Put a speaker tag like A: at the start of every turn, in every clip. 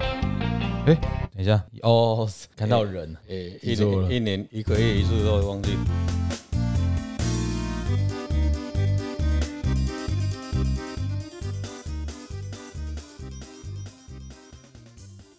A: 哎、等一下，哦，看到人了，
B: 诶、
A: 记住了
B: 一年一年一个月一次都会忘记。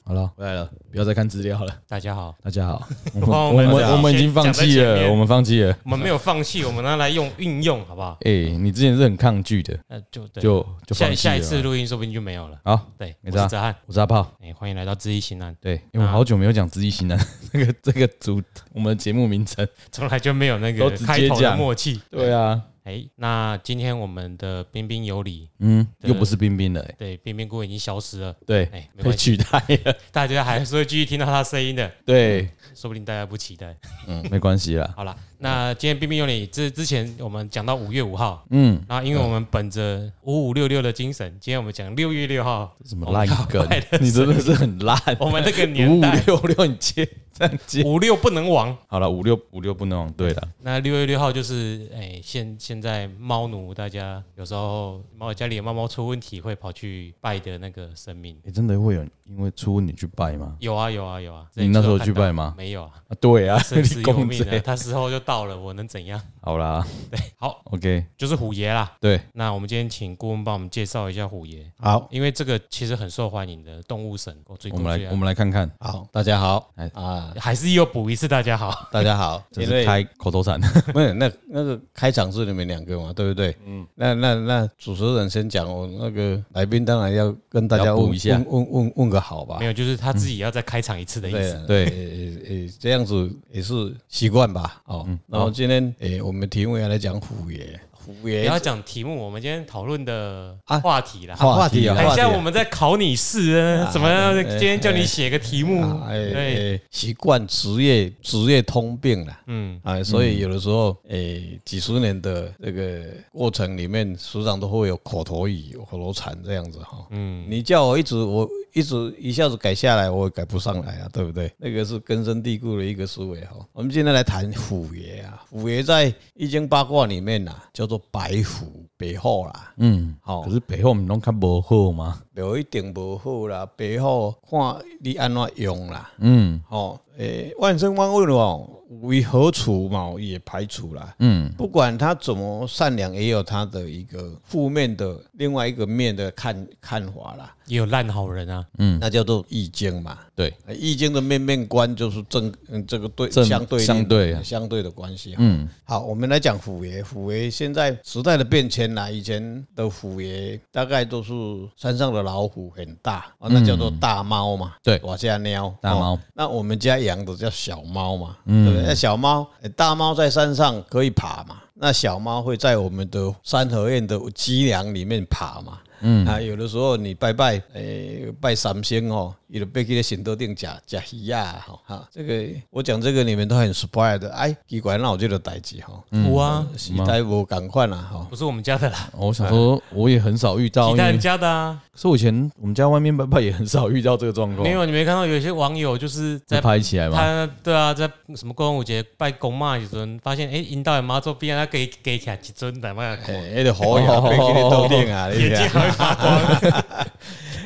A: 好了，回来了，不要再看资料了。
C: 大家好，
A: 大家 好，我们
C: 哦
A: 我
C: 我们
A: 们
C: 讲
A: 我们已经放弃
C: 讲在前
A: 了，
C: 面
A: 我们放弃了。
C: 我们没有放弃，我们拿来用运用，好不好？
A: 哎、你之前是很抗拒的，
C: 那就对，
A: 就就放弃
C: 下
A: 了。
C: 下一次录音说不定就没有了。
A: 好，
C: 对，
A: 没
C: 我
A: 事啊
C: 是泽汉，
A: 我是阿炮。
C: 哎，欢迎来到知易行难，
A: 对，因为我好久没有讲知易行难 这个这个主我们的节目名称。
C: 从来就没有那
A: 都
C: 个
A: 直接
C: 开头的
A: 讲
C: 默契。
A: 对啊，
C: 哎，那今天我们的彬彬有礼，
A: 嗯，
C: 对
A: 又不是冰冰了、哎
C: 对，彬彬姑已经消失了，
A: 对，
C: 哎，
A: 被
C: 没关系，
A: 取代 了。
C: 大家还是会继续听到他声音的，
A: 对，
C: 说不定大家不期待。
A: 嗯，没关系啦。
C: 好啦，那今天彬彬有礼之之前，我们讲到五月五号，
A: 嗯，
C: 然后因为我们本着五五六六的精神，今天我们讲六月六号，
A: 什么烂
C: 我
A: 梗
C: 们要拜？的
A: 你真的是很烂。
C: 我们那 个
A: 五
C: 年
A: 五
C: 代
A: 六六，你接这样接。
C: 五六不能亡。
A: 好了，五六五六不能。对了，
C: 那六月六号就是，哎、现现在猫奴大家有时候猫家里的猫猫出问题会跑去拜的那个神明，
A: 欸你、真的会有人因为出问题去拜吗？
C: 有啊有啊有啊。
A: 你那时候
C: 之前就有看到
A: 去拜吗
C: 没有 啊，
A: 啊，对啊，
C: 生 死
A: 你
C: 有
A: 公
C: 命的，
A: 仔。
C: 他时候就到了，我能怎样？
A: 好啦
C: 好，
A: ，OK，
C: 就是虎爷啦。
A: 对，
C: 那我们今天请顾问帮我们介绍一下虎爷，
B: 好，
C: 因为这个其实很受欢迎的动物神，我最
A: 我们
C: 最
A: 来
C: 爱
A: 我们来看看。
B: 好，大家好
A: 哎，
B: 啊，
C: 还是又补一次，大家好。
B: 大家好，
A: 这
B: 因
A: 是
B: 为
A: 开口头禅，
B: 没有那那个开场是你们两个嘛，对不对？嗯，那那那主持人先讲，我那个来宾当然要跟大家
A: 要补
B: 问
A: 一下
B: 问问问问个好吧
C: 没。有，就是他自己要再开场一次的意
B: 对
C: 思。
B: 啊
A: 对
B: 诶诶诶，这样子也是习惯吧。哦，然后今天诶，我们题目要来讲虎爷，虎
C: 不
B: 爷
C: 要讲题目，我们今天讨论的
B: 啊
C: 话题啦。
A: 话
B: 话题
A: 题啊
B: 啊，
C: 等一
B: 话题
C: 下
B: 啊
C: 我哎们在考你试啊，什么？今天叫你写个题目
B: 啊，哎，
C: 对，
B: 哎习惯职业职业通病啦。
C: 嗯，
B: 啊，所以有的时候，诶、几十年的这个过程里面，时常都会有口头语、口头禅这样子哈。嗯，你叫我一直，我一直一下子改下来，我也改不上来啊，对不对？那个是根深蒂固的一个思维哈。我们今天来谈虎爷啊，虎爷在易经八卦里面呐、啊叫做白虎、白虎啦。
A: 嗯，
B: 好、
A: 可是背后我们拢看不好吗？
B: 有一定无好啦，白虎看你安怎用啦。
A: 嗯
B: 哦，诶、万生万物哦，为何处嘛，也排除啦。
A: 嗯，
B: 不管他怎么善良，也有他的一个负面的另外一个面的看看法啦，
C: 也有烂好人啊，
A: 嗯
B: 那叫做易经嘛。
A: 对，
B: 呃易经的面面观就是正，嗯，这个对
A: 正
B: 相对立
A: 相对啊
B: 相对的关系。
A: 嗯
B: 好，我们来讲虎爷。虎爷现在时代的变迁啦，以前的虎爷大概都是山上的老虎很大啊，那叫做大猫嘛。
A: 嗯对
B: 我家喵
A: 大猫
B: 哦
A: 嗯
B: 那我们家养的叫小猫嘛，对不对？那小猫，呃大猫在山上可以爬嘛，那小猫会在我们的三合院的脊梁里面爬嘛。嗯啊，有的时候你拜拜，诶、拜三仙哦，伊就被去咧神桌顶食食鱼啊，吼、哈、这个我讲这个你们都很 surprise 的，哎，奇怪，那我这个代志吼，
A: 嗯
C: 我啊，
B: 时代无共款啦，吼、
C: 不是我们家的啦，
A: 哦我想说我也很少遇
B: 哦
A: 到，
C: 其
A: 因
C: 他
A: 为
C: 人家的啊。
A: 可是我以前我们家外面拜拜也很少遇到这个状
B: 哦
A: 况，
C: 没有，你没看到有些网友就是
A: 在
C: 在
A: 拍起来吗？
C: 他对啊，在什么端午节拜公妈的时阵，发现哎，引导的妈做边啊，给给起来几尊的嘛，
B: 哎，迄个虎牙被去咧桌 顶啊，你
C: 眼
B: 知
C: 睛
B: 道
C: 还会发光。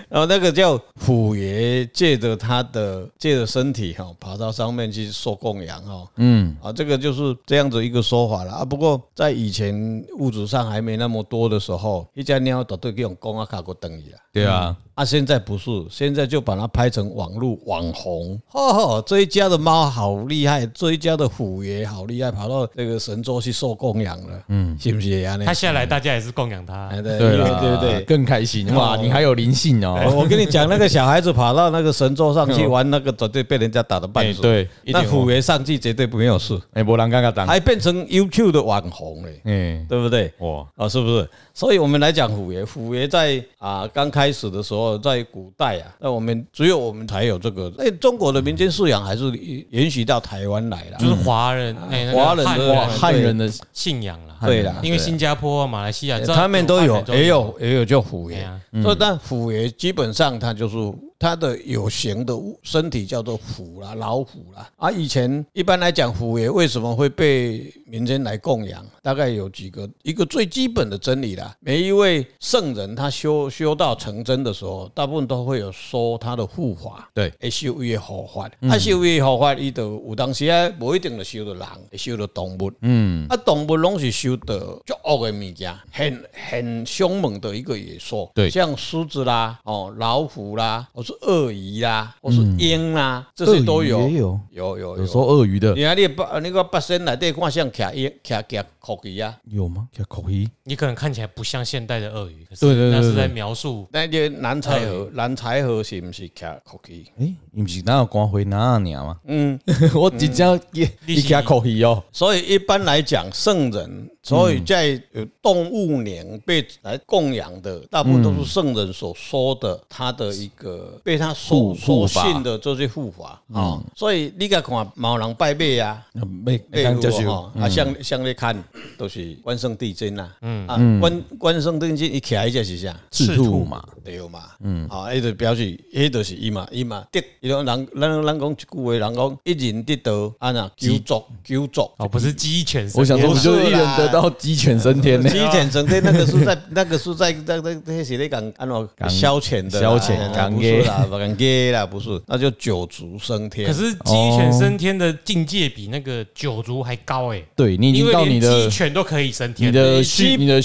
B: 然后那个叫虎爷，借着他的借着身体哈、爬到上面去受供养哈、
A: 嗯，
B: 啊，这个就是这样子一个说法了啊。不过在以前物质上还没那么多的时候，一家猫绝对用公啊卡过等伊啦。
A: 对啊，
B: 啊，现在不是，现在就把它拍成网络网红。哦，这一家的猫好厉害，这一家的虎爷好厉害，跑到这个神州去受供养了。嗯，是不是啊？
C: 他下来，大家也是供养他。
B: 哎对
A: 对啦，
B: 对对哎对。
A: 更开心哇！你还有灵性 哦，
B: 我我跟你讲，那个小孩子跑到那个神桌上去玩，那个绝对被人家打的半
A: 哎
B: 死。，
A: 对，一
B: 那
A: 定哦
B: 虎爷上去绝对没有事，
A: 哎，波浪嘎嘎当，
B: 还变成 YouTube 的网红嘞，
A: 哎
B: 对不对？
A: 哇，
B: 啊，是不是？所以我们来讲虎爷，虎爷在啊刚开始的时候，在古代啊，那我们只有我们才有这个，哎，中国的民间信仰还是延续到台湾来了
A: 嗯
C: 就。是华人，哎，那个
B: 华人的
C: 汉
B: 对
A: 汉人的
C: 信仰啦，
B: 对
A: 嗯
B: 啦，
C: 因为新加坡、
B: 哎
C: 马来西亚，
B: 他们都有，也有也有叫虎
C: 哎
B: 爷嗯
C: 呀，
B: 所以但虎爷基本上他就是属它的有形的物身体叫做虎啦、老虎啦。啊，以前一般来讲，虎爷为什么会被民间来供养？大概有几个，一个最基本的真理啦。每一位圣人他修修道成真的时候，大部分都会有说他的护法。
A: 对，
B: 会修伊的护法，啊，修伊的护法，伊就有当时啊，无一定就修到人，会修到动物。嗯，啊，动物拢是修到足恶的物件，很很凶猛的一个野兽。
A: 对
B: 像狮子啦，哦，老虎啦，或是鳄鱼啦，或是鹰啦，这些都有
A: 鳄。鱼也有，
B: 有有
A: 有说鳄鱼的
B: 你看你的八那个八仙内底看像徛鹰、徛徛酷鱼啊，
A: 有吗？叫口译，
C: 你可能看起来不像现代的鳄鱼，可是
A: 对对对
C: 那是
A: 对对
C: 在描述
B: 那个南柴河，南柴河是毋是徛酷鱼？
A: 哎，你不是哪有光辉哪鸟吗？
B: 嗯。
A: 我真正也
C: 你
A: 你
C: 是
A: 加口译哦，
B: 所以一般来讲，圣人，所以在有动物年被来供养的，大部分都是圣人所说的他的一个被他所
A: 护护
B: 所
A: 法嗯
B: 信的这些护法啊。所以你甲看毛人拜拜啊，
A: 没没刚接受，
B: 吼，啊，像像你看都是关圣帝君呐，
A: 嗯
B: 啊，关关圣帝君一起来就是啥？
A: 赤兔嘛，
B: 对嘛，嗯，啊，迄就表示，迄就是伊嘛，伊嘛得，伊种人，咱咱讲一句话，人讲一人得道，啊呐，九族九族，
C: 哦，不是鸡犬升
A: 我想说，
C: 天
A: 不
B: 不是
A: 就
B: 啦
A: 是一人得道鸡犬升天呢？
B: 鸡犬升天，那个是在 那个是在在在那些在讲安诺
A: 讲
B: 消遣的啦
A: 消遣
B: 哎呀
A: 讲
B: 不
A: 耶
B: 是啦，不讲 gay 啦，不是，那就九族升天。
C: 可是鸡犬升天的境界比那个九族还高哎、
A: 对哦你已
C: 因
A: 经
C: 为
A: 到
C: 连
A: 你的
C: 鸡犬都可以升天欸
A: 你的
B: 基
A: 畜你的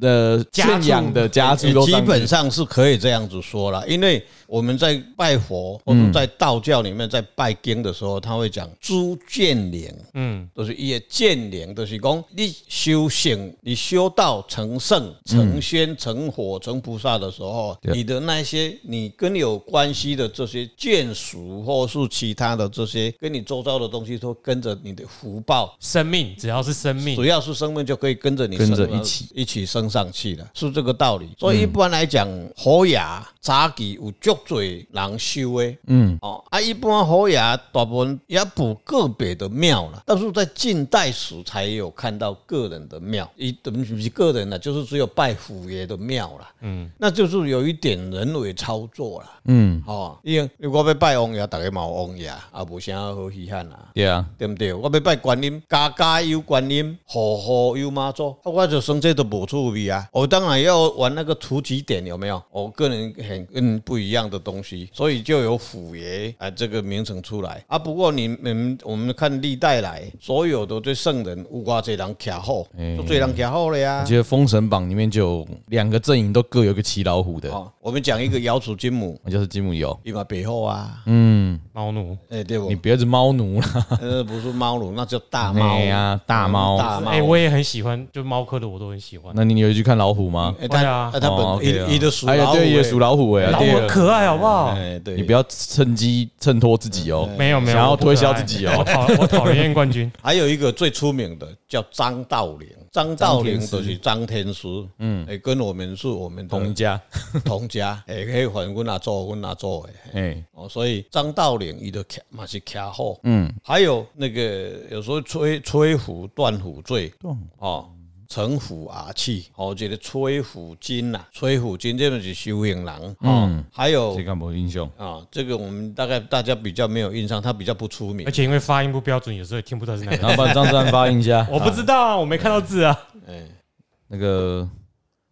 A: 的圈养的家畜都
B: 呃基
A: 上去
B: 本上是可以这样子说啦，因为我们在拜佛或
A: 嗯
B: 者在道教里面在拜经的时候，他会讲诸见灵，嗯，就是伊的见灵，就是讲你修行、你修道成圣、成仙、成佛、成菩萨的时候，
A: 对
B: 你的那些你跟你有关系的这些眷属或是其他的这些跟你周遭的东西，都跟着你的福报
C: 生命只要是生
B: 主
C: 命，
B: 要是生命就可以跟着你
A: 跟着
B: 升了
A: 一起
B: 一起升上去了，是这个道理。所以一般来讲，虎爷早期有足多人修的，嗯，哦，啊，一般虎爷大部分也补个别的庙了，但是在近代史才有看到个人的庙，一不是个人了，就是只有拜虎爷的庙了，嗯，那就是有一点人为操作了，嗯，哦，因为我要拜王爷，大家嘛有王爷，也无啥好稀罕啦。
A: 对啊，
B: 对不对？我要拜观音，家家有观音，户户有妈祖，啊，我就生这都无趣味啊！我当然要玩那个突击点，有没有？我个人很嗯不一样的东西，所以就有虎爷啊这个名称出来啊。不过你你们我们看历代来所有的对圣人，有偌济人徛好，
A: 嗯
B: 就最人徛好了呀、
A: 我记得《封神榜》里面就有两个阵营都各有一个骑老虎的，
B: 哦，我们讲一个姚楚金母，
A: 那就是金木友。
B: 伊嘛背后啊，
C: 猫奴
B: 哎、对不
A: 嗯你？别是猫奴啦，
B: 呃，不是猫奴，那叫大猫哦
A: 哎呀，大猫。
B: 大猫。
C: 哎、我也很喜欢，就猫科的我都很喜欢，
A: 那你有去看老虎吗？
B: 哎
C: 对啊
B: 他他
A: 哦
B: 本
A: ，OK 啊
B: 伊伊的属
A: 哎呀，
B: 老虎
A: 对，也
B: 欸
A: 属老虎哎呀，
C: 老
A: 对
C: 虎可爱好不好？
B: 哎，对，。
A: 你不要趁机衬托自己哦，
C: 没有没有，
A: 想要
C: 我不
A: 推销
C: 可爱哎
A: 自己哦
C: 我讨我讨人厌冠 军
B: 还有一个最出名的叫张道陵，张道陵就是张天师，嗯，哎，跟我们是我们
A: 同一
B: 同
A: 家。
B: 同家，哎，可以还阮阿做，阮阿做的。
A: 哎，
B: 哦，所以张道陵伊就徛嘛是徛好，嗯，还有那个有时候吹吹胡断虎罪，哦，成虎阿气，哦，一个吹虎金呐、吹虎金这就是修行人，哦，还有
A: 谁看不英雄？
B: 啊，这个我们大概大家比较没有印象，他比较不出名
C: 而。且因为发音不标准，有时候也听不到是哪个。，
A: 然后把张三发音一 下
C: 我不知道啊，我没看到字啊。
A: 那个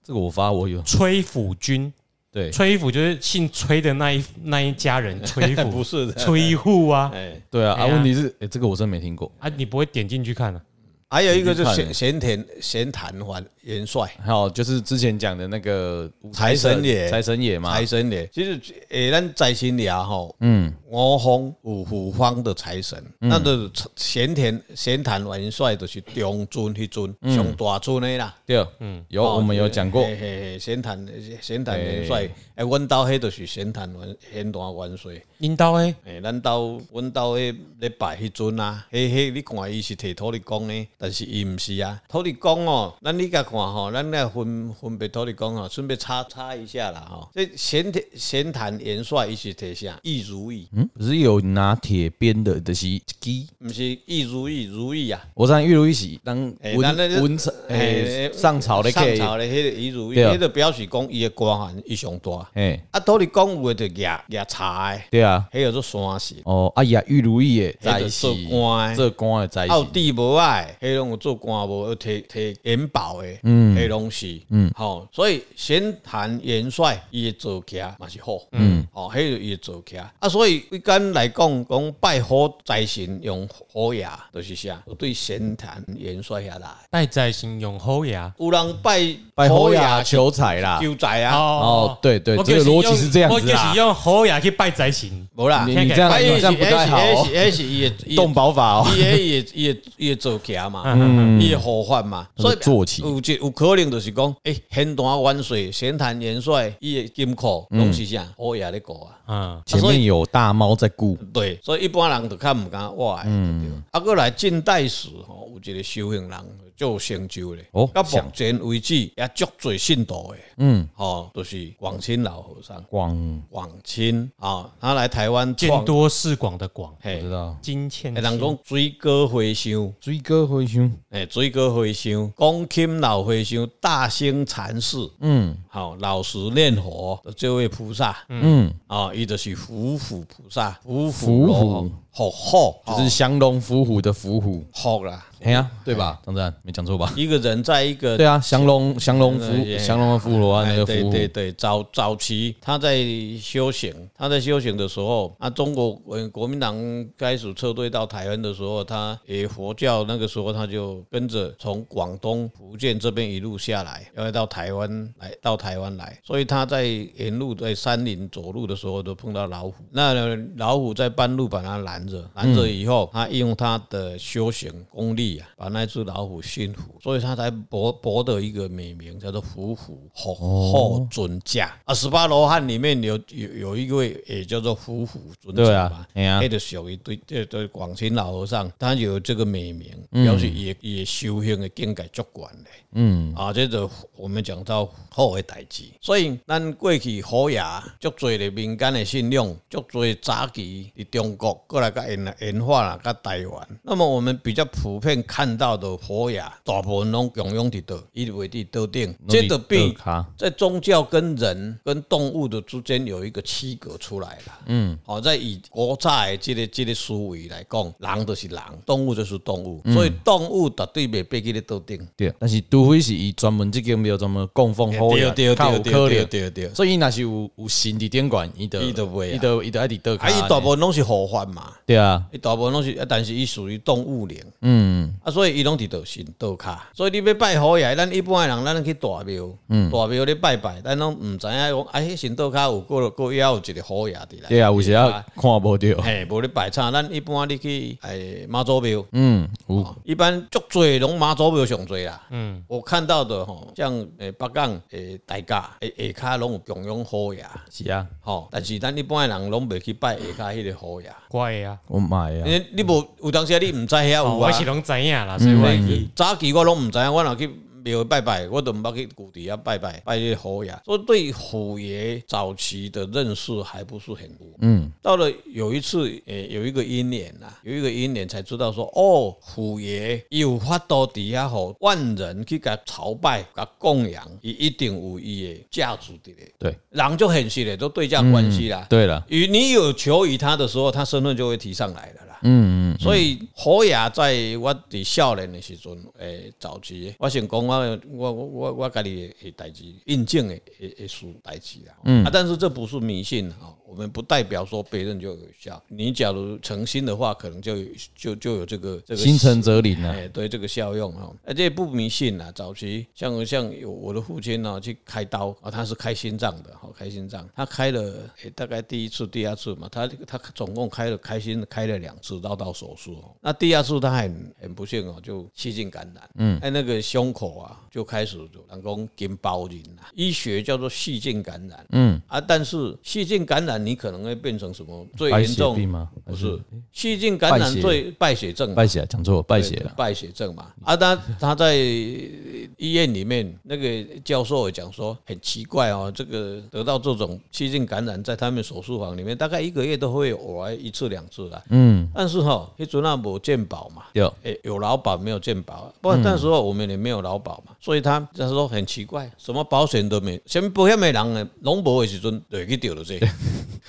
A: 这个我发我有
C: 崔府君，
A: 对
C: 崔府就是姓崔的那一那一 家人，崔
B: 不
C: 府
B: 是的，
C: 崔户啊
B: 哎，
A: 对啊，啊
C: 哎呀
A: 问题是哎这个我真没听过。
C: 啊！你不会点进去看啊？
B: 还有一个就是
A: 你看
B: 咸咸田咸谭环元帅
A: 还有就是之前讲的那个
B: 财神爷
A: 财神爷嘛，
B: 财神爷，其实诶，咱财神爷吼，嗯，五方有五方的财神，
A: 嗯
B: 那就是咸田咸谭元帅就是中尊迄尊上大尊的啦。
A: 对，嗯，有我们有嗯讲过，
B: 嘿嘿嘿，咸坛咸坛元帅，诶，阮兜迄就是咸坛元咸坛元帅，
C: 阴刀哎，
B: 诶，咱兜阮兜迄咧拜迄尊啊，迄迄你看伊是提土咧讲呢，但是伊毋是啊。土地公哦，咱你甲看吼，咱来分分别土地公吼，顺便插插一下啦吼。这闲谈闲谈元帅伊是摕啥？易如意，
A: 嗯，不是有拿铁鞭的，就是一支。
B: 毋是易如意如意啊。
A: 我上玉如一起当
B: 诶咱那
A: 文
B: 就
A: 文朝
B: 诶
A: 诶哎上朝的
B: 上
A: K，
B: 朝的迄个易如意，
A: 对啊
B: 迄个表示讲伊的官衔伊上大。
A: 哎，
B: 啊，土地公有的就举举茶的，
A: 对啊，
B: 迄个做山神。
A: 哦，哎呀，玉如意的
B: 那
A: 在
B: 就
A: 一
B: 做
A: 起，
B: 官的
A: 做官哦的在一
B: 啊，有
A: 起，
B: 地无爱，迄拢有做官无，有摕摕元宝的，嗯，迄拢是，嗯，吼，所以闲谈元帅伊的做起来嘛是好，嗯，哦，迄个伊的做起来啊，所以一间来讲，讲拜火财神用虎牙，就是啥，有对闲谈元帅遐来，
C: 拜在心用啊后牙
B: 有人拜
A: 拜侯雅
B: 求
A: 求财啦。
B: 求财啊，
A: 哦，对对，
C: 我
A: 这
C: 就
A: 个
C: 是用
A: 逻辑是这样
C: 我
A: 子
C: 就
A: 啊
C: 是。用后牙去拜财神，
B: 无啦，
A: 你你这样
B: 拜
A: 你这样不太好
B: 迄
A: 哦
B: 是，迄是伊的
A: 动保法哦。
B: 伊的伊的伊的伊的做家嘛，
A: 嗯
B: 伊的护法嘛，
A: 他的
B: 所以
A: 坐骑
B: 有一有可能就是讲，欸诶，咸蛋元帅、咸蛋元帅，伊的金库
A: 嗯
B: 拢是啥，我也咧顾啊。
C: 嗯，
A: 前
B: 所以
A: 面有大猫在顾，
B: 对，所以一般人就较毋敢挖的。
A: 嗯
B: 对啊，过来近代史吼，有一个修行人就有成就咧。
A: 哦
B: 到目前为止也足侪信徒的。嗯，哦，就是广清老和尚，
A: 光
B: 广清啊，他来台湾
C: 见
B: 创，
C: 多识广的广，
B: 嘿
A: 知，道。
C: 金欠
A: 哎
B: 诶，人
C: 薪
B: 讲水果花香。
A: 追哥回胸，
B: 诶，哎水果和尚、恭钦老和尚、大兴禅师，嗯，好、老实念佛的这位菩萨，嗯，啊、伊就是伏虎菩萨，伏
A: 伏
B: 虎
A: 虎
B: 咯，好好，
A: 就
B: 就是是
A: 降龙伏虎的伏虎，
B: 好啦。
A: 哎呀，对吧？张赞没讲错吧？
B: 一个人在一个
A: 对啊，降龙降龙
B: 对对
A: 伏
B: 对
A: 降龙和伏罗啊，那
B: 哎，
A: 个
B: 对
A: 伏虎，
B: 对对，早早期他在修行，他在修行的时候，啊，中国呃国民党开始撤退到台湾的时候，他也佛教那个时候他就跟着从广东、福建这边一路下来，要到台湾来，到台湾来，所以他在沿路在山林走路的时候都碰到老虎，那老虎在半路把他拦着，拦着以后，
A: 嗯
B: 他用他的修行功力啊，把那只老虎驯服，所以他才博博得一个美名，叫做虎虎吼
A: 哦
B: 吼尊驾啊。十八罗汉里面有有有一位也叫做虎虎尊
A: 对
B: 驾
A: 啊
B: 嘛，
A: 哎呀
B: 那就属于对这对广清老和尚，他有这个美名，表示也也修行的境界足悬的。嗯啊，这就我们讲到好的代志，所以咱过去虎牙足侪的民间的信仰，足侪早期伫中国过来甲演演化啦，甲台湾。那么我们比较普遍看到的虎牙，大部分拢共用伫倒，伊袂伫桌顶，
A: 都是
B: 这就变
A: 卡
B: 在宗教跟人跟动物的之间有一个区隔出来了。嗯，好、在以国早的这个这个思维来讲，人就是人，动物就是动物，
A: 嗯
B: 所以动物绝对袂被记咧桌顶。
A: 对。啊但是除非是伊专门这间庙专门供奉
B: 哎
A: 后人，较有可能。
B: 对对。
A: 所以伊若是有有神伫顶管，伊的
B: 伊就袂啊
A: 伊的伊的爱伫倒卡
B: 啊，伊大部分拢是互换嘛，
A: 对啊，
B: 伊大部分拢是，啊但是伊属于动物灵。嗯，啊，所以伊拢伫倒神倒卡，所以你要拜虎爷，咱一般诶人，咱去大庙，
A: 嗯
B: 大庙咧拜拜，咱拢毋知影讲，啊，迄神倒卡有个个也有一个虎爷伫内。
A: 对啊，有时
B: 哎
A: 啊看无着，
B: 嘿，无咧摆叉，咱一般你去哎妈祖庙，
A: 嗯，有
B: 一般足侪拢妈祖庙上侪啦。嗯，我看到的吼，像诶北港诶大家诶下骹拢有供养虎爷，
A: 是啊，
B: 吼，但是咱一般的人拢袂去拜下骹迄个虎爷，
C: 怪呀，
A: 我买啊
B: 因，为你无有当时啊你毋知遐
C: 哦
B: 有
C: 我是
B: 啊。
C: 拢知影
A: 嗯
C: 啦，所以我去
B: 早期我拢毋知影，啊我若去庙拜拜，我都毋捌去古地啊拜拜拜迄个虎爷，所以对虎爷早期的认识还不是很多。嗯，到了有一次，诶、有一个姻缘啊，有一个姻缘才知道说，哦，虎爷伊有法度底下吼万人去甲朝拜、甲供养，伊一定有伊的价值伫咧。
A: 对
B: 人就很实咧，都对价关系啦。
A: 对了，
B: 与你有求于他的时候，他身份就会提上来了啦。嗯嗯，所以虎爷在我伫少年的时阵，诶、早期我想讲我我我我我家己的代志，印证的的的事代志啦。嗯啊，但是这不是迷信啊、我们不代表说别人就有效。你假如诚心的话，可能就有就就有这个这个
A: 心诚则灵啊，
B: 哎，对这个效用哦，而且不迷信啦。早期像像有我的父亲呢、去开刀啊、他是开心脏的，好、开心脏，他开了、哎大概第一次、第二次嘛，他他总共开了开心开了两次绕道手术哦。那第二次他很很不幸哦，就细菌感染，嗯，哎那个胸口啊就开始有啊人工金包人啦，医学叫做细菌感染，嗯啊，但是细菌感染染，你可能会变成什么最
A: 败
B: 严
A: 血病
B: 重？
A: 吗？还
B: 不是细菌感
A: 败
B: 染
A: 血
B: 最败血症嘛，
A: 败血，啊讲错，败血
B: 对
A: 了。
B: 败血症嘛。啊，他他在医院里面，那个教授也讲说，很奇怪哦，这个得到这种细菌感染，在他们手术房里面，大概一个月都会有偶尔一次两次啦。
A: 嗯，
B: 但是哈、哦，那阵啊没健保嘛，
A: 对，
B: 诶，有劳保没有健保，啊
A: 嗯
B: 不过那时候我们也没有劳保嘛，所以他那时候很奇怪，什么保险都没，什么保险没人呢，拢无的时阵就会去掉了 这个，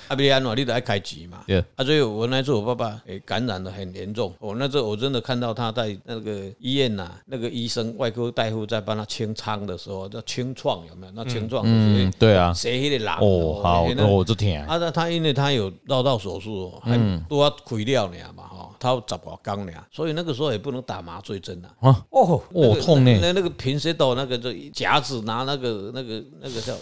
B: 啊，不然的话你得要开钱嘛
A: 对，
B: 啊，所以我那次我爸爸诶感染的很严重，我那时候我真的看到他在那个医院呐、那个医生外科大夫在帮他清创的时候，叫清创有没有？那清创就是
A: 嗯，对啊。
B: 谁那个人
A: 哦，好，
B: 那
A: 哦，这天啊，
B: 啊，那他因为他有绕道手术哦，还都要开了呢嘛哈，他十外天呢，所以那个时候也不能打麻醉针呐。
A: 啊
B: 哦，
A: 哦痛呢
B: 那那个平时到那个就夹子拿那个那个那个叫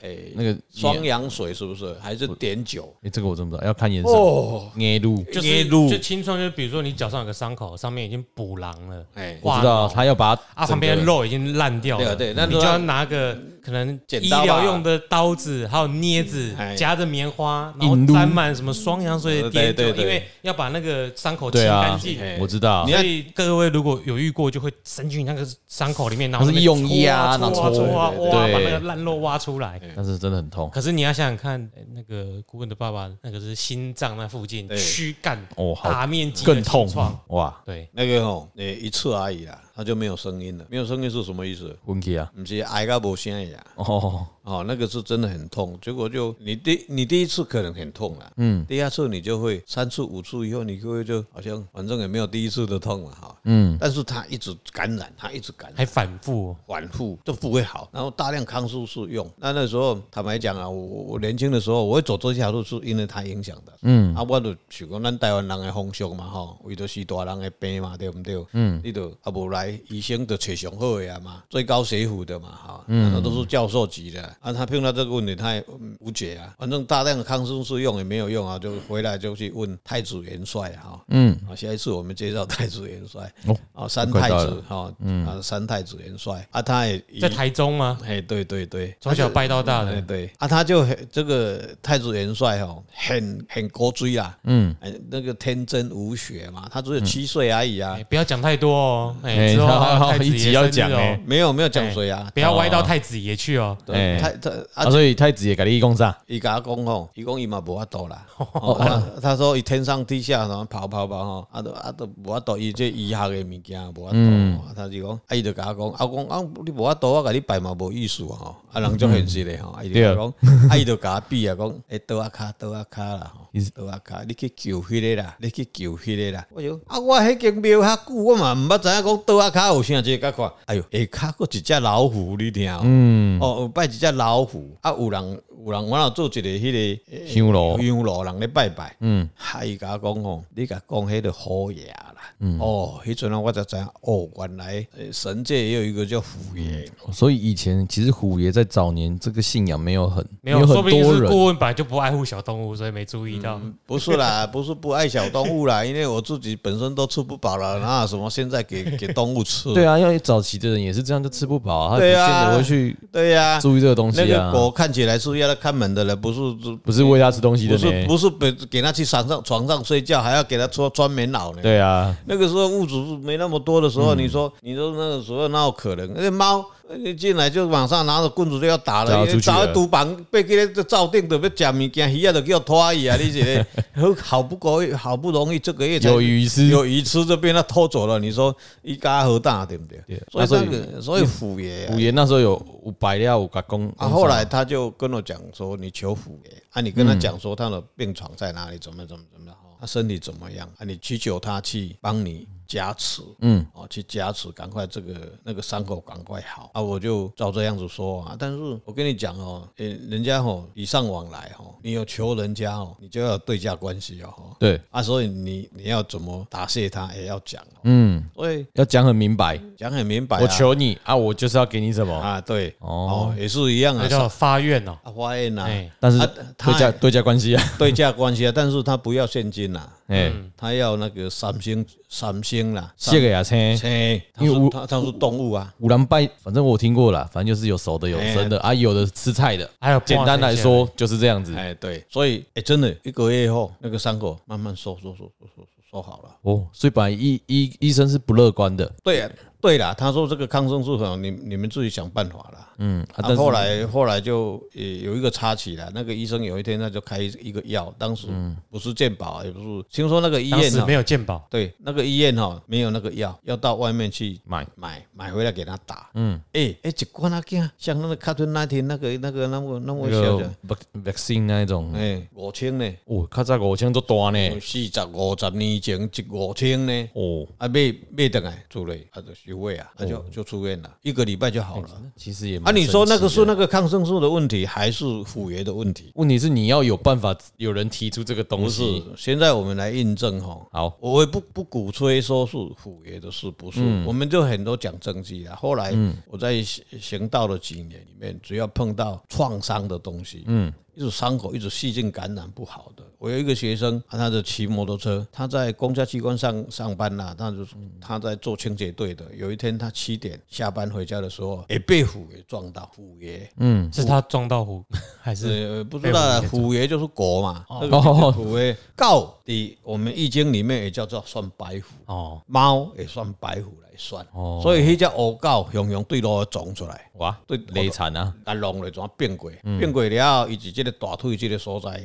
B: 哎
A: 那个
B: 双氧水是不是？还是碘酒？
A: 哎，这个我真不知道，要看颜色。
B: 哦，
A: 捏路，
C: 就是就清创，就比如说你脚上有个伤口，上面已经补狼了，
B: 哎
A: 我知道，他要把它
C: 啊，旁边的
A: 整个
C: 肉已经烂掉了，
B: 对啊对那
C: 你就要拿个可能
B: 剪
C: 医
B: 刀吧
C: 疗用的刀子，还有镊子
A: 嗯
B: 哎，
C: 夹着棉花，然后
A: 引入
C: 沾满什么双氧水的碘
B: 对对
C: 酒，
B: 对
C: 因为要把那个伤口清
A: 对
C: 干
A: 啊
C: 净。
B: 哎，
A: 我知道
B: 你，
C: 所以各位如果有遇过，就会伸进那个伤口里面，然后
A: 它是
C: 那边
A: 用衣啊然
C: 搓
A: 后
C: 搓
A: 搓
C: 啊
A: 对
C: 搓啊，挖
A: 对
C: 把那个烂肉挖出来。
A: 但是真的很痛。
C: 可是你要想想看，哎那个顾问的爸爸，那个是心脏那附近
B: 对
C: 躯干
A: 哦好
C: 大面积的
A: 更痛
C: 清创，
A: 哇，
C: 对，
B: 那个哦，哎一次而已啦，他就没有声音了。没有声音是什么意思？
A: 昏去啊！
B: 不是挨个无声呀。
A: 哦，
B: 哦，那个是真的很痛，结果就你第你第一次可能很痛了，嗯，第二次你就会三次五次以后，你就会就好像反正也没有第一次的痛了哈，嗯，但是它一直感染，它一直感染。
C: 还反复哦。
B: 反复都不会好，然后大量抗生素用。那那时候坦白讲啊，我我我年轻的时候，我会走这条路是因为它影响的。嗯，啊，我就想讲咱台湾人的风俗嘛，吼，为着是大人的病嘛，对不对？嗯，你就啊无来，医生就找上好的啊嘛，最高学府的嘛，哈，
A: 嗯
B: 那都是教授级的。啊，他碰到这个问题，他也嗯无解啊。反正大量的抗生素用也没有用啊，就回来就去问太子元帅啊哈。嗯，啊，下一次我们介绍太子元帅
A: 哦
B: 啊，三
A: 快
B: 太
A: 到
B: 子
A: 了
B: 哈，啊，三太子元帅啊，他也以
C: 在台中吗？
B: 哎，对对对，
C: 从小拜到大
B: 哎
C: 的，
B: 对啊，他就很这个太子元帅哦，很很国锥啦，嗯，那个天真无邪嘛，他只有七岁而已啊
C: 哎，不要讲太多哦。哎，
A: 哎
C: 之后还有
A: 好好
C: 太子
A: 一集
C: 爷
A: 要
C: 生日
A: 讲
C: 哦
A: 哎，
B: 没有没有讲谁啊，
C: 不要歪到太子爷去哦。
B: 对
A: 哎
B: 太他啊
A: 啊，，所以太子也改你讲啥？
B: 伊甲我讲吼，伊讲伊嘛无法度啦。哦啊他说伊天上地下然后跑跑跑吼，啊都啊都无法度，伊这医学的物件无法度。他就讲，啊伊就甲我讲，啊我讲啊你无法度，我甲你拜嘛无意思吼。啊人足现实的吼，啊伊就甲我讲，啊 伊就甲我比啊讲，诶倒啊骹倒啊骹啦吼
A: 意思，
B: 倒啊骹，你去求迄个啦，你去求迄个啦。我就讲啊我迄间庙较久，我嘛毋捌知影讲倒啊骹有啥这甲看。哎哟，下骹佫一只老虎，你听有。嗯，哦有拜一只老虎，啊有人有人我若做一个迄个 呃
A: 香炉
B: 香炉人咧拜拜，嗯，啊伊甲我讲吼，你甲讲迄个虎爷啦，哦，迄阵啊我才知影，哦，原来呃神界也有一个叫虎爷，
A: 所以以前其实虎爷在早年这个信仰没有很
C: 没有，说
A: 很
C: 不定
A: 多
C: 是顾
A: 人，嗯
C: 问本来就不爱护小动物，所以没注意到。
B: 不是啦， 不是不爱小动物啦，因为我自己本身都吃不饱了，哪有什么现 在给给动物吃？
A: 对啊，因为早期的人也是这样，就吃不饱啊，他不
B: 对
A: 见
B: 啊
A: 得会去
B: 对呀，
A: 注意这个东西
B: 那个
A: 啊，
B: 狗看起来是要来看门的了，不是
A: 不是喂他吃东西的
B: 不是
A: 呢，
B: 不是给给它去床上床上睡觉，还要给它穿穿棉袄呢。
A: 对嗯啊，
B: 那个时候物质没那么多的时候，你说你说那个时候那有可能？那猫呃进来就马上拿着棍子就要打
A: 就要
B: 了，
A: 出去啊
B: 早
A: 了
B: 赌房被给个照定的要食物件，鱼啊就叫拖去啊！你这个 好好不容易好不容易这个月才
A: 有鱼吃，
B: 有鱼吃，就被他偷走了。你说一家何大对不对？啊
A: 那所
B: 所以
A: 以
B: 那个所以虎爷啊
A: 虎爷那时候有五百料五个公
B: 啊，后来他就跟我讲说，你求虎爷啊，你跟他讲说他的病床在哪里，怎么怎么怎么，哦他身体怎么样啊，你祈求他去帮你加持，嗯，哦，去加持，赶快这个那个伤口赶快好啊，我就照这样子说啊，但是我跟你讲哦，呃人家哦礼尚往来哦，你有求人家哦，你就要有对价关系哦，哦
A: 对，
B: 啊，所以你你要怎么答谢他也要讲哦，
A: 嗯，
B: 所以
A: 要讲很明白，
B: 讲很明白、啊，
A: 我求你啊，我就是要给你什么，
B: 啊，对，
A: 哦
B: 哦，也是一样
C: 那
B: 啊，
C: 叫发愿哦。
B: 啊，花宴呐、啊。
C: 哎
A: 但是
B: 啊他
A: 对价对价关系啊，
B: 对价关系啊，但是他不要现金啦、
A: 哎，
B: 他要那个三星三星啦，
A: 谢个牙签。
B: 嘿，他
A: 因为
B: 是
A: 我
B: 他他是动物啊，
A: 五郎拜，反正我听过了，反正就是有熟的有生的啊，有的吃菜的，
C: 还有
A: 简单来说就是这样子。
B: 哎哎，对，所以哎，真的一个月后，那个伤口慢慢收收收收收收好了。
A: 哦，所以本来医医医生是不乐观的，
B: 对啊，对啦，他说这个抗生素很，你你们自己想办法啦。
A: 嗯，啊但是
B: 啊，后来后来就呃有一个插曲啦，那个医生有一天他就开一个药，当时不是健保，啊也不是，听说那个医
C: 当
B: 院
C: 时
B: 哈
C: 没有健保，
B: 对，那个医院哈、没有那个药，要到外面去
A: 买
B: 买买回来给他打。嗯，哎、哎、一罐啊，囝像那个卡顿那天那个那个那么那
A: 那
B: 么小
A: 个
B: 的，
A: vac- vaccine 那一种，
B: 哎、五千呢，
A: 哦，较早五千都大呢，
B: 四十五十年前一五千呢。
A: 哦，
B: 啊，买买等来出来，啊就休胃啊，啊就就出院了，一个礼拜就好了。
A: 其实也哎
B: 啊，
A: 蛮
B: 你说
A: 神奇
B: 那
A: 的
B: 个是那个抗生素的问题，还是腐爷的问题？
A: 问题是你要有办法，有人提出这个东
B: 不是
A: 西，，
B: 现在我们来印证哈。
A: 好，
B: 我也不不鼓吹说是虎爷的事，不是，我们就很多讲政绩啊。后来我在行行道的几年里面，只要碰到创伤的东西，嗯，一直伤口，一直细菌感染不好的。我有一个学生，啊他就骑摩托车，他在公家机关上上班啦、他就是他在做清洁队的。有一天他七点下班回家的时候，也被虎爷撞到，虎爷，
C: 是他撞 到虎还是
B: 呃，不知道啊
C: 被虎爷
B: 虎爷就是国嘛，那个
A: 哦
B: 虎爷告底，我们易经里面也叫做算白虎。
C: 哦
B: 猫也算白虎来算，
A: 哦
B: 所以迄只黑狗雄雄对路撞出来，
A: 哇，
B: 对
A: 累惨啊，
B: 甲弄来怎变过？
A: 嗯
B: 变过了后，伊就即个大腿即个所在，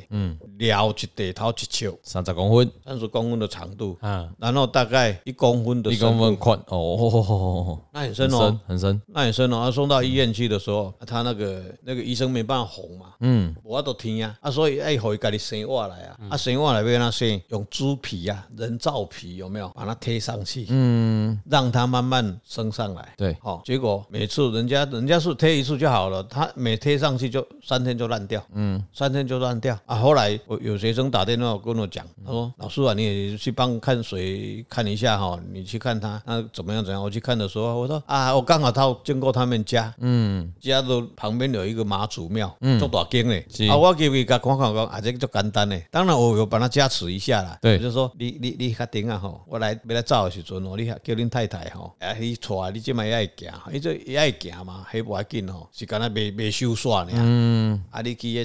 B: 撩一地头一尺，
A: 三十公分，
B: 三十公分的长度，
C: 嗯，
B: 然后大概一公分的
A: 啊一
B: 深
A: 公
B: 度，
A: 分宽，哦哦哦哦哦，
B: 那很
A: 很
B: 深
A: 深
B: 哦。
A: 很深，
B: 那很深哦，他送到医院去的时候，啊他那个那个医生没办法哄嘛，嗯，我都听啊，啊，所以爱互伊家己生活来
A: 嗯
B: 啊，啊，生活来要安怎生？用猪皮啊，人造皮有没有？把它贴上去，
A: 嗯，
B: 让它慢慢升上来。
A: 对
B: 好、结果每次人家人家是贴一次就好了，他每贴上去就三天就烂掉，嗯，三天就烂掉啊。后来我有学生打电话跟我讲，他说：“老师啊，你也去帮看谁看一下哈、你去看他，那怎么样怎么样？”我去看的时候，我说：“啊，我刚好到经过他们家，嗯，家的旁边有一个妈祖庙，嗯，做大经嘞
A: 是，
B: 啊，我给给他看看讲，啊，这个就简单嘞。当然我有帮他加持一下啦，
A: 对
B: 我就说你你你较顶啊吼，我来要来走的时阵哦，你叫恁太太吼，啊，伊带你即摆也会行，伊这也会行嘛，迄无要紧吼，是敢若未未收煞尔。嗯，啊，你去迄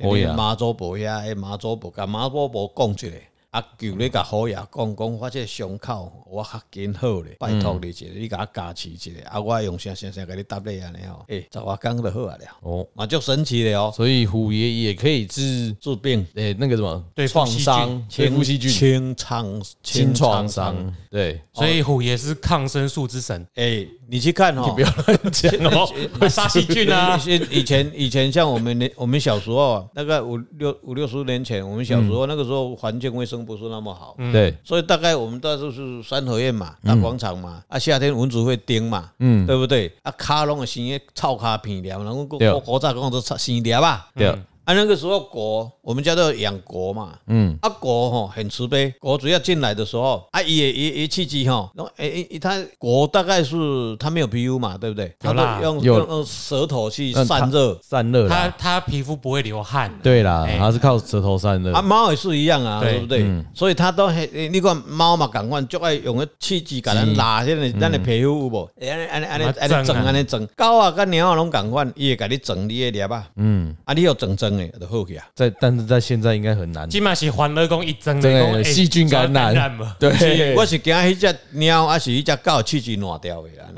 B: 找，
A: 好呀
B: 迄妈祖婆遐，迄妈祖婆甲妈祖婆讲一下。啊，求你甲好爷讲讲，我这个伤口吼我较紧好咧，拜托你一
A: 嗯
B: 下，你甲我加持一下，啊，我用啥啥啥甲你答你安尼吼，
A: 嗯
B: 诶，十外工就好啊了，
A: 哦，
B: 嘛足神奇的哦，
A: 所以虎爷也可以治，
B: 治病
A: 诶，那个什么
C: 对付
A: 创
C: 细菌
A: 伤、对付细菌、
B: 清创
A: 轻创伤，对，
C: 所以虎也是抗生素之神，
B: 哎、你去看哈、
A: 不 要乱讲 哦，
C: 会杀细菌啊，
B: 以以前以前像我们年我们小时候啊，大概五六五六十年前，我们小时
A: 嗯
B: 候那个时候环境卫生不是那么好，
A: 对，
B: 所以大概我们到处是三合院嘛、
A: 嗯
B: 大广场嘛，啊夏天蚊子会叮嘛，对不对？啊卡拢会生个臭卡片了，然后古
A: 对
B: 古古早讲都臭生了吧。
A: 对，
B: 啊，那个时候狗，我们家都有养狗嘛，
A: 嗯，
B: 啊狗吼很慈悲，狗只要进来的时候，啊也也也气机吼，然后诶诶，它狗大概是它没有 PU 嘛，对不对？它
C: 有啦
B: 都用
A: 有嗯
B: 用用舌头去
A: 那它
B: 散热，
A: 散热
C: 他
A: 啦，
C: 他皮肤不会流汗，
A: 对啦，
C: 哎
A: 它是靠舌头散热
B: 啊，，猫也是一样啊，
C: 对嗯
B: 对不对？所以它都很，诶你看猫嘛，赶快就爱用个气机给咱拉迄个咱的皮肤有无？安尼安尼安尼
C: 啊
B: 安尼
C: 嗯整
B: 整
C: 啊
B: 安尼整，狗啊跟猫啊拢赶快，伊会给你整你的粒啊，
A: 嗯，
B: 啊，你要整整的就好去啊。
A: 在但是在现在应该很难，
C: 起码是环了工一针
A: 真
C: 说
A: 的
C: 哎
A: 细菌感
C: 感
A: 染
C: 嘛，
A: 对，
B: 我是惊迄只猫，还是迄只狗气机烂掉的啊？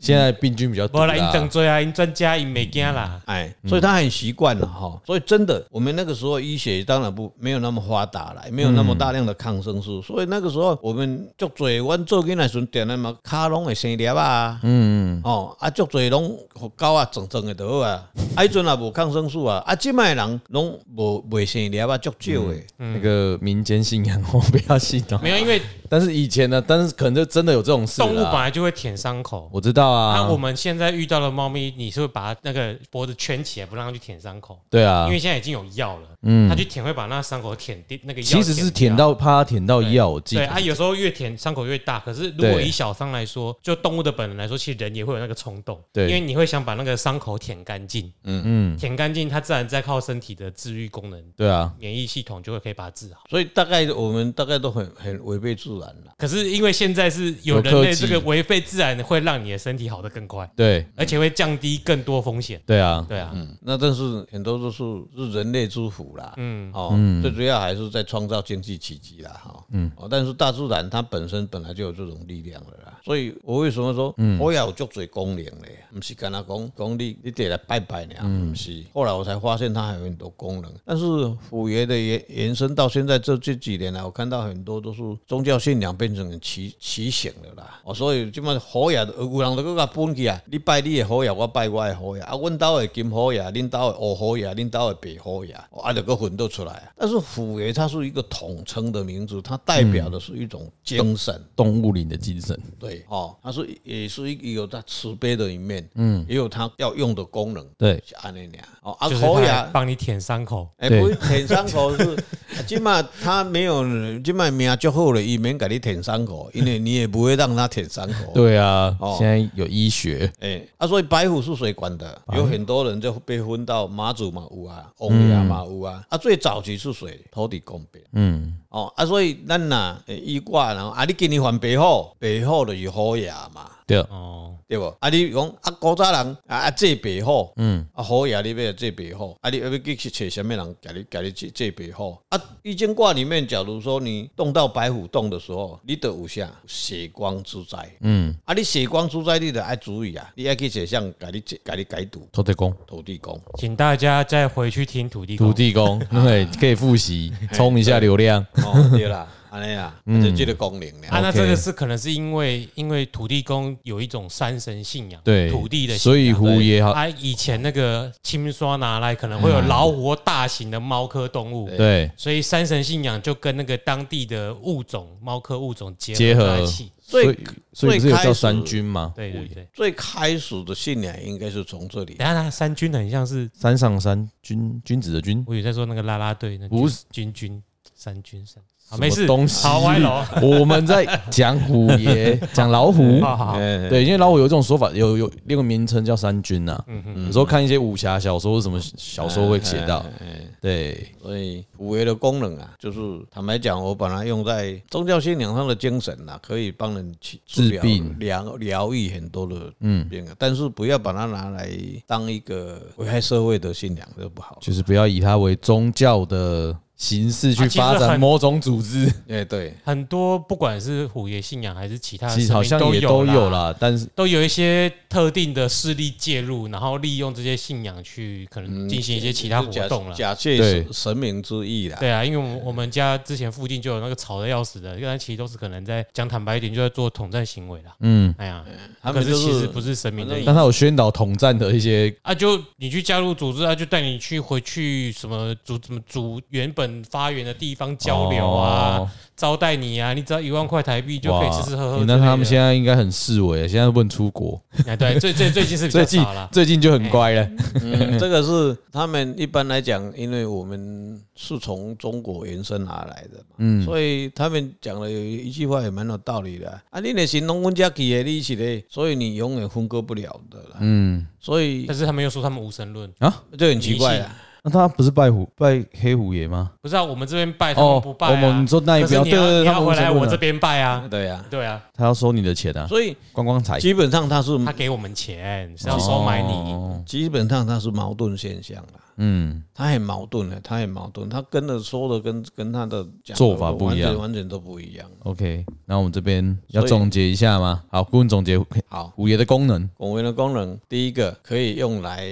A: 现在病菌比较
C: 无
A: 多
C: 啦，因
A: 啦
C: 当，做啊，因专家因袂惊啦，
B: 哎，所以他很习惯了哈。所以真的，我们那个时候医学当然不没有那么发达了，也没有那么大量的抗生素，所以那个时候我们足侪，阮做囡仔的时阵点那嘛，骹拢会生粒啊，嗯，哦，啊足侪拢互狗啊整整的就好啊，啊迄阵也无抗生素啊，啊即卖人拢无未生粒啊，足少的。
A: 那个民间信仰 我不要信哦
C: 没，有，因为
A: 但是以前呢，但是可能就真的有这种事
C: 动物本
A: 啦，
C: 来就会舔伤口。
A: 我知道
C: 那
A: 啊
C: 我，们现在遇到的猫咪，你是会把它那个脖子圈起来，不让它去舔伤口，
A: 对啊
C: 因，为现在已经有药了，嗯，它去舔会把那伤口舔掉，那个药
A: 其实是
C: 舔
A: 舔
C: 掉。
A: 到怕它舔到药，我记
C: 对
A: 得
C: 啊，有时候越舔伤口越大。可是如果
A: 对
C: 以小伤来说，就动物的本能来说，其实人也会有那个冲动，
A: 对
C: 因为你会想把那个伤口舔干净，嗯嗯，舔干净，它自然再靠身体的治愈功能，
A: 对啊，
C: 免疫系统就会可以把它治好。
B: 所以大概我们大概都很很违背自然然了。
C: 可是因为现在是有
A: 有
C: 人类
A: 科技
C: 这个违背自然，会让你的身体好得更快，
A: 对
C: 而且会降低更多风险。
A: 对啊，
C: 对啊，
B: 嗯，那但是很多都是是人类之福啦，嗯，哦，最主要还是在创造经济奇迹啦，哈，嗯，哦，但是大自然它本身本来就有这种力量了啦，所以我为什么说我也有足多功能嘞？不是跟他讲讲你你得来拜拜呢，不是。后来我才发现它还有很多功能，但是虎爷的延延伸到现在这这几年来，我看到很多都是宗教信仰变成很奇奇形了啦，哦，所以即马虎爷有人就搁甲分起来，你拜你的虎爷，我拜我的虎爷，啊，阮兜的金虎爷，恁兜的黑虎爷，恁兜的白虎爷，哦啊，就搁混到出来啊。但是虎爷它是一个统称的名字，它代表的是一种精神。
C: 嗯
A: 动物里的精神，
B: 对，哦，它是也是一有它慈悲的一面，嗯，也有它要用的功能，
A: 对
B: 是安尼俩。哦，啊，
C: 就是
B: 虎
C: 它
B: 爷
C: 来帮你舔伤口。
B: 哎、
A: 对
B: 不是舔伤 口是，啊今嘛他没有，今嘛命就好了，伊免给你舔伤口，因 为你也不会让他舔伤口。，
A: 对啊
B: 哦，
A: 现在有医学，
B: 哎、啊，所以白虎是谁管的？有很多人就被分到马祖嘛有啊，翁牙嘛有啊，啊，最早期是谁？土地公伯。
A: 嗯，
B: 哦，啊，所以咱呐，哎伊挂然后啊，你今年还白虎，白虎就是虎爷嘛。
A: 对，
C: 哦，
B: 对无啊，你讲啊，古早人啊啊，这白虎，嗯，啊好爷你要这白虎，啊你要去去找什么人，给你给你这这白虎啊？易经卦里面，假如说你动到白虎洞的时候，你得有啥血光之灾，嗯，啊你血光之灾，你得爱注意啊，你爱去找像给你这给你解毒
A: 土地
C: 哦
A: 公，
B: 土地公，
C: 请大家再回去听土地公
A: 土地 公，对，可以复习，冲一下流量，
B: 哦对啦，安 尼啦，
A: 嗯
B: 就这个功能啦，
C: 啊，那
A: OK
C: 这个是可能是因为因为土地公有一种山神信仰，
A: 对，
C: 土地的信仰，
A: 所以虎也好，
C: 啊，以前那个青刷拿来可能会有老虎或大型的猫科动物，
A: 对，
C: 所以山神信仰就跟那个当地的物种猫科物种结
A: 结
C: 合在
A: 合
C: 一起。，
A: 所
B: 最
A: 以所以不是有
B: 最开
A: 叫
B: 始
A: 三军吗？
C: 对对对，
B: 最开始的信仰应该是从这里
C: 等一下那三军很像是
A: 山上山君君子的君，
C: 我有在说那个啦啦队，那
A: 不
C: 是军军三军三，
A: 什么
C: 好啊没事，
A: 东西
C: 好歪楼，
A: 我们在讲虎 爷，讲老虎，
C: 好好好，
B: 哎
A: 对，因为老虎有一种说法，有有另一个名称叫山君呐。
C: 嗯
A: 有时候看一些武侠小说，什么小说会写
C: 哎
A: 到，
B: 哎
A: 对，
B: 所以五爷的功能啊，就是坦白讲，我把它用在宗教信仰上的精神啊，可以帮人去治疗
A: 治病
B: 疗疗愈很多的嗯病啊，但是不要把它拿来当一个危害社会的信仰，这不好。
A: 就是不要以它为宗教的形式去发
C: 啊其实
A: 展
C: 很
A: 某种组织，
B: 哎，对，
C: 很多不管是虎爷信仰还是其他的
A: 其实
C: 神
A: 好
C: 明
A: 像也
C: 啊都
A: 都有
C: 啦。
A: 啦，但是
C: 都有一些特定的势力介入，然后利用这些信仰去可能进行一些其他活
B: 嗯假
C: 动
A: 嗯
C: 了。
B: 假借
A: 对
B: 神明之意啦。
C: 对啊，因为我们我们家之前附近就有那个吵得要死的，但其实都是可能在讲坦白一点，就在做统战行为啦。
A: 嗯，
C: 哎呀，
B: 他
C: 可
B: 们就是是
C: 其实不是神明的意思
A: 但它有宣导统战的一些，
C: 啊，就你去加入组织啊，就带你去回去什么组什么组原本发源的地方交流啊，
A: 哦
C: 招待你啊，你只要一万块台币就可以吃吃喝
A: 哇
C: 喝之类的。
A: 那他们现在应该很示威，啊现在问出国，
C: 哎对最最最近是比较
A: 最近
C: 少啦。哎
A: 最近就很乖了，
B: 嗯，这个是他们一般来讲，因为我们是从中国延伸而来的嘛，嗯，所以他们讲的有一句话也蛮有道理的啊，啊你的行动阮家去的，你是的，所以你永远分割不了的啦，
A: 嗯，
B: 所以
C: 但是他们又说他们无神论，
B: 这很奇怪啊，
A: 那他不是拜虎拜黑虎爷吗？
C: 不是啊，我们这边拜他
A: 哦
C: 们，不拜啊。
A: 我们你说那一
C: 可是
A: 边，
C: 你
A: 对对
C: 要
A: 对，
C: 你
A: 他
C: 要
A: 们无
C: 回来
A: 神
C: 我
A: 论
C: 这
A: 啊，
C: 边拜啊，
B: 对啊，
C: 对啊，
A: 他要收你的钱啊，
B: 所以
A: 观光财，
B: 基本上它是
C: 他
A: 哎
C: 给我们钱是要收买你，
A: 哦，
B: 基本上它是矛盾现象啦。
A: 嗯，
B: 他很矛盾的，他很矛盾，他跟的说的跟跟他的讲的
A: 做法不一样
B: 完全完全都不一样。
A: OK，那我们这边要
B: 所以
A: 总结一下吗？好，顾问总结
B: 好，
A: 虎爷的功能：
B: 拱门的功能，第一个可以用来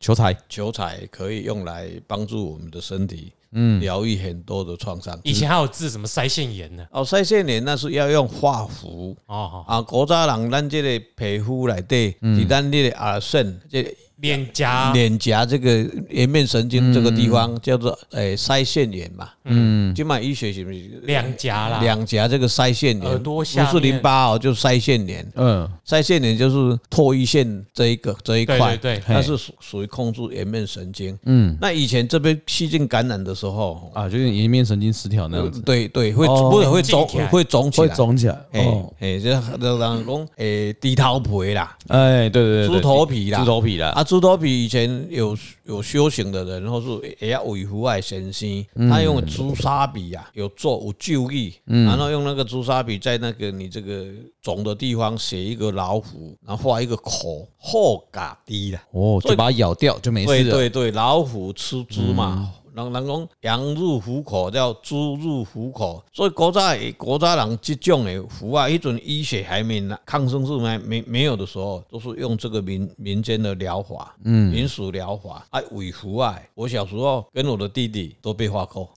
A: 求财。
B: 求财，可以用来帮助我们的身体，嗯，疗愈很多的创伤。
C: 以前还有治什么腮腺炎呢？
B: 哦，腮腺炎那是要用化符
C: 哦，好
B: 啊，古早人咱这个皮肤内底，伫咱这个耳肾这个
C: 脸颊
B: 脸颊这个颜面神经这个地方叫做诶腮腺炎嘛，嗯，今嘛医学是不是
C: 两颊啦，
B: 两颊这个腮腺炎，
C: 耳朵下面
B: 不是淋巴哦，就是腮腺炎。
A: 嗯，
B: 腮腺炎就是唾液腺这一个这一块，
C: 对对对
B: 它是属属于控制颜面神经。嗯，那以前这边细菌感染的时候，
A: 啊，就是颜面神经失调那样子，
B: 对对，会
A: 哦
B: 不是会肿
C: 肿起来
B: 会肿起
A: 会
B: 来，
A: 肿起来。
B: 哎
A: 哦，
B: 哎，这就人讲诶，低头皮啦，
A: 哎，对对对，对
B: 猪头皮啦
A: 猪头皮啦。
B: 啊，
A: 啊，
B: 猪头皮以前有有修行的人，或是也要维护爱神仙，他用朱砂笔啊，有做有就义，然后用那个朱砂笔在那个你这个肿的地方写一个老虎，然后画一个口，后嘎低啦。
A: 哦，就把它咬掉就没
B: 对
A: 事了。
B: 对对，老虎吃猪嘛，人人讲羊入虎口，叫猪入虎口，所以古早的古早人这种的符啊，迄阵医学还没拿抗生素没没没有的时候，都是用这个民民间的疗法，嗯，民俗疗法啊，伪符啊，我小时候跟我的弟弟都被画过，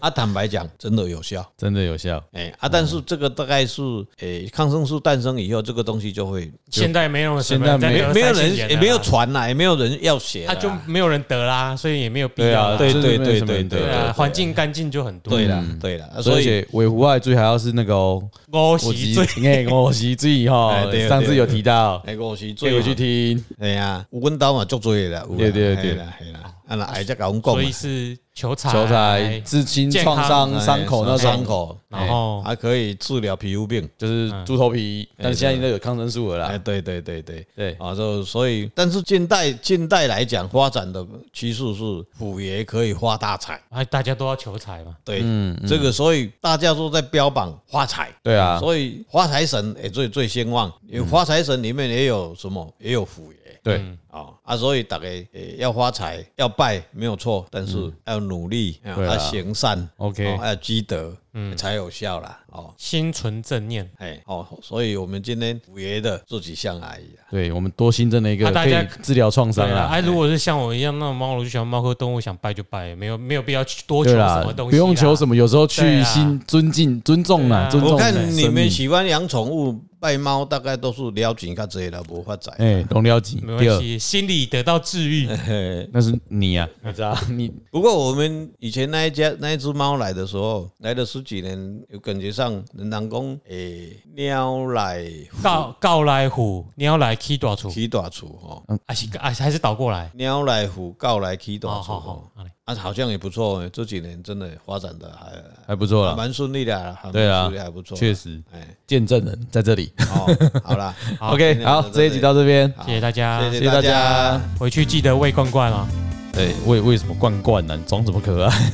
B: 啊，坦白讲，真的有效。
A: 真的有效。
B: 哎、啊！但是这个大概是，哎、抗生素诞生以后，这个东西就会
C: 现在没有人，
A: 现在没
B: 没
A: 有啊
B: 没有人也没有传啦，也没有人要写啦，
C: 啊他就没有人得啦，所以也没有必要啦。
B: 对
A: 真的没有什么人
B: 对
A: 得
C: 对啊，环境干净就很多。
B: 对啦，对啦，
A: 嗯
B: 啊
A: 所
B: 所以
A: 以尾狐爱最还要是那个哦，
C: 我
A: 我
C: 洗最
A: 哎，我脊椎哈
B: 哎，对
A: 上次有提到，
B: 哎，我是
A: 最
B: 最
A: 回去听，
B: 哎呀，有阮兜嘛足多的啦，有啦
A: 对对对
B: 嘿啦嘿啦，啊那爱才甲阮讲
C: 所以
B: 嘛，
C: 是求财，
A: 求财、至亲、
C: 健
A: 创
C: 康
A: 伤、哎伤口那
B: 哎伤
A: 种，
B: 口，
C: 然
A: 哦
C: 后
B: 还可以治疗皮肤病。
A: 就是猪头皮，但是现在应该有抗生素了
B: 哎，
A: 啦。
B: 对对对对
A: 啊对
B: 啊，就所以，但是近代近代来讲，发展的趋势是虎爷可以发大财，
C: 哎，大家都要求财嘛。
B: 对，这个所以大家都在标榜发财，
A: 嗯对啊，
B: 所以发财神也最最兴旺，因为发财神里面也有什么，也有虎爷，
A: 对，
B: 啊啊，所以大家诶要发财要拜没有错，但是要努力，
A: 嗯对啊
B: 要行善
A: OK 嗯
B: 哦要积德，才有效啦。哦，
C: 心存正念，
B: 哎，哦，所以我们今天五爷的自己像阿姨啊，
A: 对我们多新增了一个
C: 啊大
A: 可
C: 家
A: 以治疗创
C: 对
A: 伤
C: 啊，
A: 啦。
C: 哎，如果是像我一样那种猫奴，就喜欢猫科动物，想拜就拜，没有没有必要去多求
A: 对
C: 什
A: 啦
C: 么东，西，
A: 不用求什
C: 么。
A: 么，有时候
C: 对
A: 去
C: 啊
A: 心尊敬、尊重啦，
C: 对啊
A: 尊重
B: 我
A: 生
B: 看
A: 命。
B: 你们喜欢养宠物拜猫，大概都是了解较济啦，无发财。
A: 哎，龙了几
C: 没
A: 第
C: 关
A: 二，
C: 系，心里得到 治愈。
B: 嘿
A: 那是你呀，你知道 你
B: 不过我们以前那一家那一只猫来的时候，来了十几年，有感觉上人人讲，诶、猫来
C: 告告来虎，鸟来起大厝，
B: 起大厝哦，
C: 还是啊还是倒过来。
B: 猫来虎，狗来起大
C: 好
B: 厝
C: 好
B: 哦
C: 好，。好嘞
B: 啊，好像也不错欸，这几年真的发展的还
A: 还不错
B: 还
A: 啦，
B: 蛮顺利的啊，还蛮
A: 对啊
B: 顺利还不错，
A: 确，实
B: 哎，
A: 见证人在这里。
B: 哦，好啦，今
A: OK，
B: 天就
A: 好，这一集到这边，
C: 谢谢大家，
B: 谢
A: 谢谢
B: 谢
A: 大
B: 大
A: 家
B: 家，
C: 回去记得喂罐罐啊。
A: 对，为为什么啊 罐罐呢、你装什么可爱？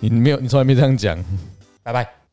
A: 你没有，你从来没这样讲。
C: 拜拜。